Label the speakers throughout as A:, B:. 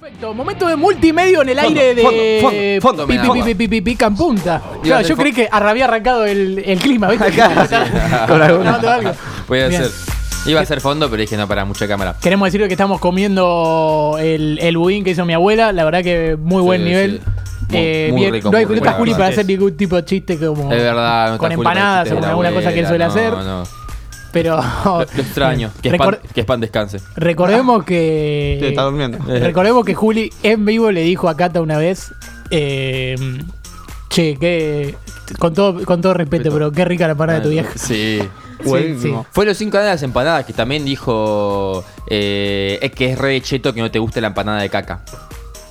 A: Perfecto, momento de multimedia en el aire de
B: fondo, fondo, fondo me
A: Pi,
B: da
A: pi,
B: agua.
A: pi, pi, pi, pi, can punta. Claro,
B: hacer
A: yo
B: fo-
A: creí que ar- había arrancado el, el clima, ¿viste?
B: Con alguna-
A: Grabando algo.
B: Voy a
A: Bien.
B: hacer. Iba a hacer fondo, pero dije no para mucha cámara.
A: Queremos decir que estamos comiendo el, el budín que hizo mi abuela, la verdad que muy buen
B: Sí,
A: nivel.
B: sí. Muy-
A: Eh,
B: muy
A: bien,
B: rico,
A: no hay
B: muy
A: culpa
B: rico,
A: Juli
B: la
A: para
B: verdad.
A: hacer ningún tipo de chiste como
B: Es verdad, no está
A: con
B: full
A: empanadas
B: chiste
A: o
B: de
A: con
B: la
A: alguna cosa que él suele
B: abuela,
A: hacer,
B: No, no.
A: pero
B: Lo, lo extraño. Que Span,
A: Recor-
B: que Span descanse.
A: recordemos que
C: Sí, está durmiendo.
A: Recordemos que Juli en vivo le dijo a Cata una vez, eh, che, que con todo, con todo respeto, pero qué rica la empanada de tu vieja.
B: Sí.
C: Buenísimo.
B: Fue los cinco años de las empanadas que también dijo eh, es que es re cheto que no te guste la empanada de caca.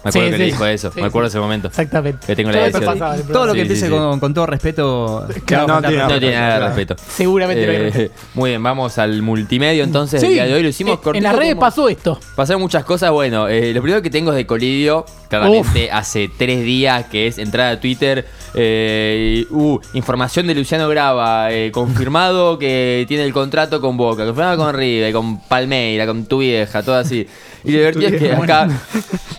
B: Me acuerdo
A: Sí,
B: que
A: sí.
B: le dijo eso.
A: Sí,
B: me acuerdo
A: sí.
B: ese momento.
A: Exactamente.
B: Que tengo
A: Ya
B: la
A: me
B: edición.
A: pasaba el
D: Todo lo que
B: Sí,
D: empiece
B: sí, sí.
D: Con, con todo respeto.
C: Claro,
D: le va a faltar
C: no tiene-
D: respeto.
B: No tiene nada de respeto.
A: Seguramente no hay
B: Eh,
A: respeto.
B: Muy bien, vamos al multimedia entonces. El
A: Sí, Eh,
B: día de hoy lo hicimos
A: en- En
B: cortito
A: las redes
B: como-
A: pasó esto.
B: Pasaron muchas cosas, bueno, eh, lo primero que tengo es de Colidio, claramente hace tres días que es entrada a Twitter, eh, y, uh, información de Luciano Grava, eh, confirmado que tiene el contrato con Boca, confirmado con River, con Palmeira, con tu vieja, todo así. Y lo divertido es que acá,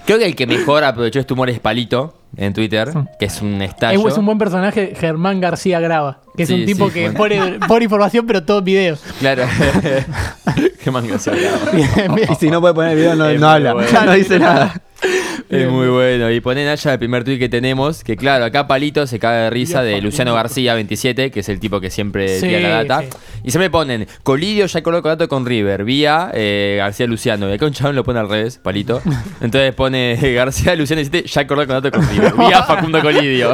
B: creo que el que mejor aprovechó este humor es Palito en Twitter, que es un
A: Es,
B: estallo.
A: es un buen personaje, Germán García Grava, que es
B: Sí,
A: un tipo
B: sí,
A: que
B: bueno.
A: pone, pone información, pero todo en videos.
B: Claro. Qué manga se hablaba.
C: Y si no puede poner el video, no,
B: Es
C: no
B: muy
C: habla.
B: bueno.
C: No dice nada.
B: Es muy bueno. Y ponen allá el primer tuit que tenemos, que claro, acá Palito se cae de risa de Luciano García 27, que es el tipo que siempre
A: Sí,
B: tira la data.
A: sí.
B: Y siempre ponen, Colidio ya colocó dato con River, vía eh, García Luciano. Y acá un chabón lo pone al revés, Palito. Entonces pone eh, García Luciano 17, ya colocó dato con River, vía Facundo Colidio.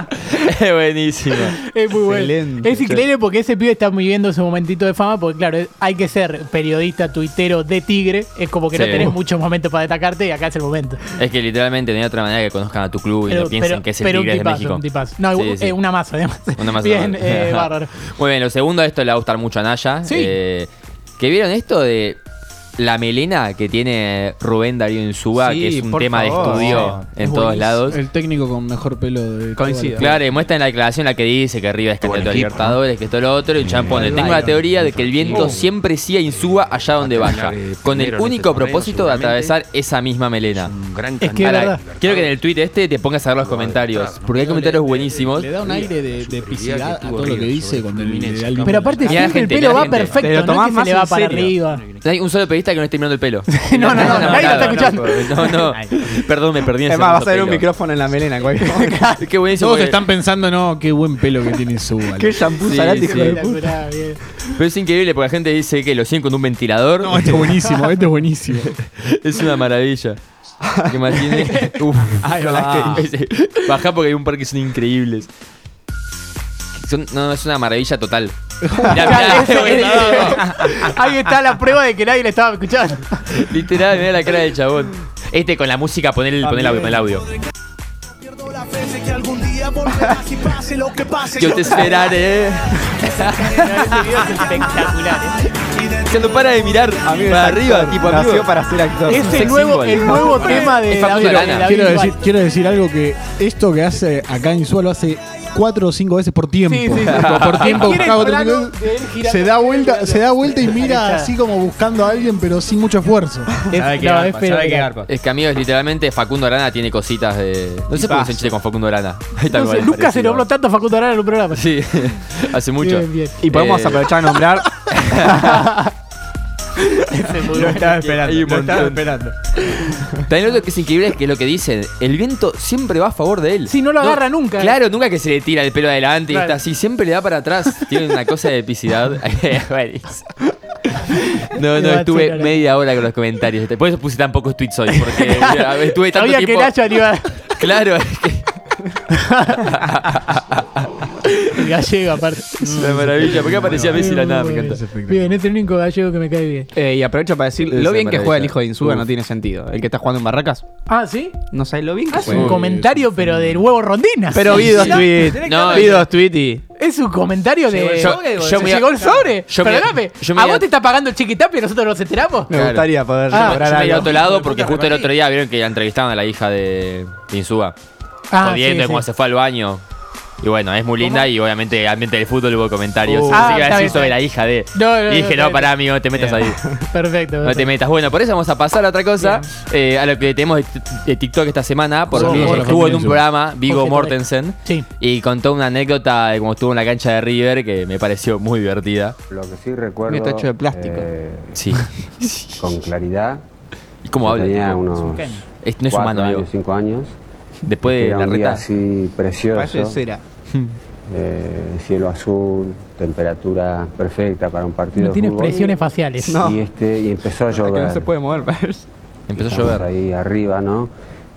B: es buenísimo.
A: Es muy bueno.
C: Excelente,
A: Es increíble porque ese pibe está viviendo su momentito de fama, porque claro, es- hay que ser periodista, tuitero de tigre. Es como que no
B: Sí.
A: tenés muchos momentos para destacarte y acá es el momento.
B: Es que literalmente no hay otra manera que conozcan a tu club y no piensen que es el
A: pero un
B: Tigres de
A: tipazo,
B: México.
A: un tipazo. No,
B: Sí,
A: eh,
B: sí.
A: una masa además.
B: Una más
A: Bien,
B: normal.
A: eh, bárbaro.
B: Muy bien, lo segundo, esto le va a gustar mucho a Naya.
A: Sí.
B: Eh, que vieron esto de la melena que tiene Rubén Darío Insúa,
D: Sí,
B: que es un
D: por
B: tema
D: favor.
B: de estudio
D: Sí,
B: en todos lados.
E: El técnico con mejor pelo de toda
D: Coincido.
E: la-
B: Claro, y muestra en la declaración la que dice que River es candidato a Libertadores, que esto lo otro, y un champón. Tengo la teoría de que el viento siempre sigue a Insúa allá donde baja, con el único propósito de atravesar esa misma melena.
A: Es que es
B: Ahora,
A: verdad.
B: quiero que en el tweet este te pongas a ver los comentarios, porque hay comentarios buenísimos.
E: Le da un aire de, de epicidad a todo lo que dice cuando le da el
A: Pero aparte
B: Mirá la
A: siempre el
B: gente,
A: pelo
B: mirá la
A: va
B: gente.
A: perfecto,
C: Te lo
A: no es
C: tomás
A: que se
C: más
A: le va
C: en
A: para
C: serio.
A: arriba.
B: No hay un solo periodista que no esté mirando el pelo.
A: No, no, no,
B: Está
A: nadie lo está
B: enamorado, No, no, no. Perdón, me perdí en
C: Es
B: ese
C: más, vas a
B: hermoso
C: ver un
B: pelo.
C: micrófono en la melena. en cualquier momento.
B: Qué buenísimo.
E: Todos
B: porque-
E: están pensando, no, qué buen pelo que tiene su
C: Qué shampoo
B: Sí,
C: salate,
B: sí.
C: hijo de puta.
A: Espectacular, bien.
B: Pero es increíble porque la gente dice que lo siguen con un ventilador.
E: No, este es buenísimo, este es buenísimo.
B: es una maravilla. Que más tiene. Uf. Baja porque hay un par que son increíbles. Son- no, es una maravilla total. Mirá, mirá,
A: Ese-
B: boludo.
A: Ahí está la prueba de que nadie le estaba escuchando.
B: Literal, mirá la cara del chabón. Este con la música, poner el, poné el audio. pon el audio.
F: Pierdo la fe de que algún día volverás y pase lo que pase.
B: Yo te esperaré. Este
A: Ese video es espectacular.
B: ¿eh? Ya no para de mirar
C: Amigo, es
B: para
C: actor.
B: arriba, tipo
C: Nació
B: amigo.
C: para ser actor.
A: Es el Este nuevo, el nuevo tema de
B: Es
A: la
B: Facundo Arana.
A: vida.
E: Quiero decir, quiero decir algo que esto que hace acá en Suelo hace cuatro o cinco veces por tiempo.
A: Sí, sí, sí.
E: Tipo, Por tiempo,
A: Quiere el
E: cada cuatro,
A: plano
E: cinco
A: de él
E: veces.
A: girando,
E: se da vuelta,
A: girando.
E: se da vuelta y mira
A: Ahí está.
E: así como buscando a alguien, pero sin mucho esfuerzo.
D: Sabe que
A: No,
D: garpa,
A: es pero-
D: sabe que garpa.
B: Es que amigos, literalmente Facundo Arana tiene cositas de. No sé por qué se chiste con Facundo Arana. Ahí está
A: Ah, No
B: igual,
A: sé, nunca se
B: parecido.
A: nombró tanto a Facundo Arana en un programa.
B: Sí, hace mucho.
A: Bien, bien.
C: Y podemos
B: Eh,
C: aprovechar a nombrar.
D: Lo estaba esperando.
B: Hay un
D: Lo estaba
B: montón.
D: esperando.
B: También lo que es increíble es que lo que dicen, el viento siempre va a favor de él.
A: Sí, no lo agarra nunca. ¿eh?
B: Claro, nunca que se le tira el pelo adelante y
A: Claro.
B: está así, siempre le da para atrás. Tiene una cosa de epicidad. Buenísimo. no, no,
A: Iba a
B: estuve
A: chorar.
B: media hora con los comentarios. Por eso puse tan pocos tweets hoy, porque mira, estuve tanto
A: Sabía que
B: tiempo.
A: Nacho iba
B: Claro, es que
A: el gallego aparte.
B: es una maravilla. Porque aparecía Messi de la nada, me encanta.
A: Bien, es el único gallego que me cae bien.
C: Eh, y aprovecho para decir
B: Esa
C: lo bien que juega el
B: maravilla.
C: hijo de Insuga
B: Uf.
C: no tiene sentido. El que está jugando en Barracas,
A: Ah, ¿sí?
C: no sabe lo bien que
A: Hace un
C: juega.
A: comentario, pero del huevo rondina.
C: Pero vi dos tweets.
B: No,
C: Vi
B: yo-
C: dos tweets y.
A: Es un comentario
B: Llegó
A: de.
B: el
A: Yo-
B: sobre, boludo.
A: yo
B: Se
A: me-
B: llegó
A: llegó el sobre.
B: yo me-
A: Perdóname.
B: yo me-
A: ¿A vos te está pagando el chiquitapio y nosotros nos enteramos?
C: Me
B: Claro.
C: gustaría poder
A: Ah,
B: Yo
C: nombrar
B: me he ido a
C: algo.
B: otro lado porque justo el otro día vieron que entrevistaban a la hija de de Insúa.
A: Ah,
B: jodiendo
A: sí,
B: de cómo
A: sí.
B: se fue al baño. Y bueno, es muy linda y obviamente ambiente del fútbol hubo comentarios.
A: Uh.
B: Así que
A: Ah,
B: iba
A: está
B: a
A: bien,
B: decir
A: está
B: sobre
A: bien.
B: la hija de.
A: No, no, no,
B: y dije,
A: no,
B: no,
A: no.
B: pará, amigo, te metas ahí.
A: Perfecto.
B: No te metas. Bueno, por eso vamos a pasar a otra cosa, eh, a lo que tenemos de t- de TikTok esta semana, porque
A: Somos la
B: estuvo en un
E: familia.
B: programa Vigo
A: Jorge
B: Mortensen
A: Sí.
B: y contó una anécdota de cómo estuvo en la cancha de River que me pareció muy divertida.
G: Lo que sí recuerdo.
C: Está hecho de plástico.
G: eh,
B: Sí.
G: con claridad.
B: ¿Y cómo
G: Yo
B: habla?
G: Tenía
B: tipo?
G: unos
B: Es- no es
G: cuatro
B: humano,
G: años,
B: amigo.
G: cinco años.
B: Después de
G: Era
B: la
G: un día
B: reta.
G: así precioso.
D: Eso era.
G: eh, cielo azul, temperatura perfecta para un partido
A: No tiene
G: de fútbol.
A: expresiones faciales.
D: No.
G: Y este y empezó a
D: Que
G: llover.
D: no se puede mover. parece.
B: Empezó a
G: Estamos
B: llover.
G: Ahí arriba, ¿no?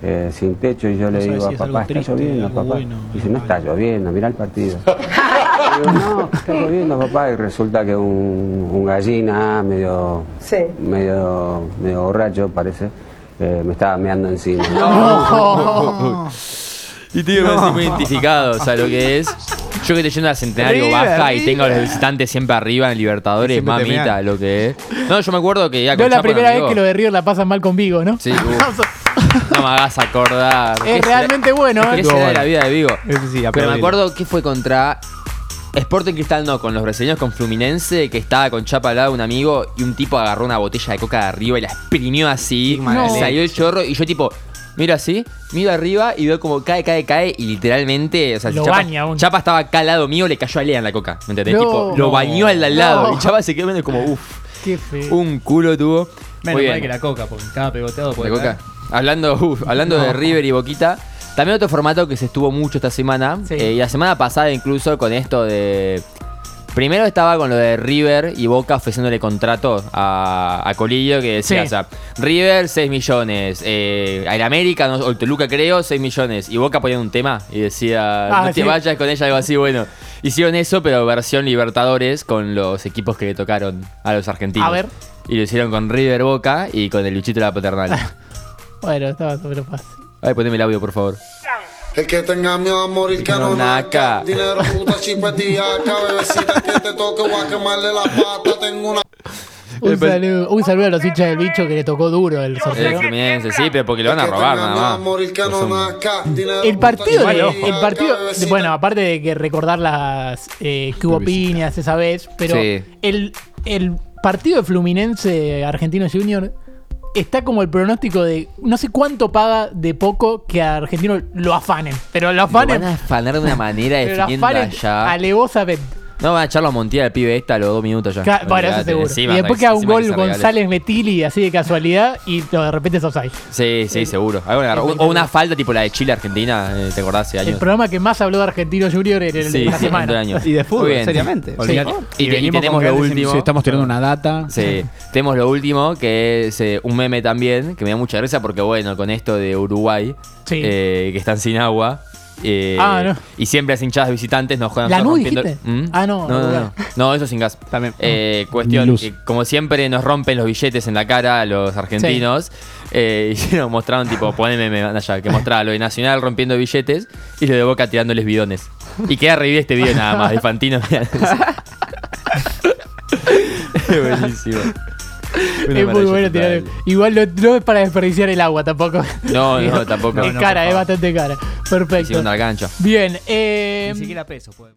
G: Eh, sin techo y yo le
E: sabes
G: digo
E: si
G: a
E: es
G: papá,
E: algo
G: está
E: triste,
G: lloviendo,
E: algo
G: papá.
E: bueno,
G: Dice, no está lloviendo, mirá el partido. Y digo, no, que está lloviendo, papá. Y resulta que un, un gallina medio,
H: Sí.
G: medio, medio borracho, parece, eh, me estaba meando encima.
A: Oh.
B: Y te iba a decir muy identificado, o sea, lo que es. Yo que estoy yendo al centenario
D: River,
B: baja y
D: River.
B: tengo a los visitantes siempre arriba en Libertadores,
D: Siempre te
B: mamita,
D: mean.
B: lo que es. No, yo me acuerdo que ya
A: No
B: con
A: es la
B: Chapo,
A: primera vez
B: amigo-
A: que lo de River la pasan mal con Vigo, ¿no?
B: Sí, uh, no me hagas acordar.
A: Es realmente bueno,
B: ¿Qué
A: ¿eh?
B: será de la vida de Vigo?
D: Eso sí,
B: Pero me
D: aplaudirlo.
B: acuerdo que fue contra Sporting Cristal, no, con los brasileños, con Fluminense, que estaba con Chapa al lado un amigo y un tipo agarró una botella de coca de arriba y la exprimió así,
D: Qué mala
B: y salió el chorro y yo tipo... Miro así, miro arriba y veo como cae, cae, cae y literalmente, o sea, si
A: Lo
B: Chapa,
A: baña un-
B: Chapa estaba acá al lado mío, le cayó a Lea en la coca, ¿me entendés?
A: No.
B: Tipo, lo bañó al de al lado
A: No.
B: y Chapa se quedó viendo como, uff,
A: Qué feo.
B: un culo tuvo. Muy
D: Menos mal
B: bien.
D: que la coca, porque estaba pegoteado por
B: La Coca. Hablando, uf, hablando de River y Boquita, también otro formato que se estuvo mucho esta semana.
A: Sí.
B: eh, y la semana pasada incluso con esto de... Primero estaba con lo de River y Boca ofreciéndole contrato a, a Colillo que decía,
A: Sí.
B: o sea, River 6 millones, eh, Aeramérica no, o Toluca creo 6 millones. Y Boca ponía un tema y decía,
A: Ah,
B: no te
A: sí.
B: vayas con ella, algo así, bueno. Hicieron eso, pero versión Libertadores con los equipos que le tocaron a los argentinos.
A: A ver.
B: Y lo hicieron con River Boca y con el Luchito de la Paternal.
A: Bueno, estaba súper fácil.
B: Ay, poneme el audio, por favor.
I: El que tenga miedo a morir que no naca. Dinero, puta, chipetiaca, bebecita que te toque, voy a quemarle la pata. Tengo una
A: Un saludo, un saludo a los hinchas del bicho que le tocó duro el
B: El
A: sorteo.
B: Fluminense, sí, pero porque lo van a
I: El que
B: robar
I: tenga
B: nada
I: miedo a
B: más.
I: morir que no
B: Son-
I: naca. Dinero,
A: El
I: puta,
A: partido, de-
I: chipetiaca,
A: el partido de-
I: bebecita.
A: bueno, aparte de que recordar las eh, que hubo piñas esa vez, pero
B: Sí.
A: el, el partido de Fluminense Argentino Junior está como el pronóstico de no sé cuánto paga de poco que a Argentino lo afanen, pero lo
B: Lo
A: afanen,
B: van a afanar de una manera
A: pero lo
B: definiendo
A: afanen
B: allá.
A: alevosamente.
B: No van a echarlo a Montiel al pibe esta a los dos minutos ya.
A: Ca- Bueno, eso
B: Olvídate,
A: seguro.
B: encima,
A: y después que haga un
B: encima
A: gol
B: se regale.
A: González Metili así de casualidad y lo de repente es offside.
B: Sí, sí, seguro. Algo le agarró. O o una falta tipo la de Chile Argentina, eh, ¿te acordás? Hace
A: El
B: años.
A: programa que más habló de Argentino Junior en el,
B: Sí,
A: la
B: sí,
A: semana.
B: de años.
D: Y de
B: Muy
D: fútbol,
B: bien.
D: seriamente.
A: Olvídate.
B: Y, te- y
E: venimos
B: tenemos
E: con
B: lo
E: grandes
B: último.
E: emisiones, Estamos tirando una data.
B: Sí, tenemos lo último, que es eh, un meme también, que me da mucha gracia porque, bueno, con esto de Uruguay,
A: Sí.
B: eh, que están sin agua. eh,
A: Ah, no.
B: Y siempre las hinchadas visitantes nos juegan
A: ¿Lanús
B: rompiendo-
A: dijiste?
B: ¿Mm?
A: Ah, no,
B: No, no,
A: Uruguay.
B: no. No, eso sin gas.
D: También.
B: Eh, cuestión,
E: Luz.
B: que como siempre nos rompen los billetes en la cara a los argentinos. eh, y nos mostraron, tipo, poneme me manda allá, que mostraba lo de Nacional rompiendo billetes y lo de Boca tirándoles bidones. Y queda revivir este video nada más, de Fantino. mirá. Buenísimo.
A: es muy bueno tirar. el- Igual no, no es para desperdiciar el agua tampoco.
B: No, no, tampoco.
A: es cara, es bastante cara.
B: Hicieron
A: Perfecto.
B: una cancha.
A: Bien, eh,
D: Ni siquiera peso. pues. puede-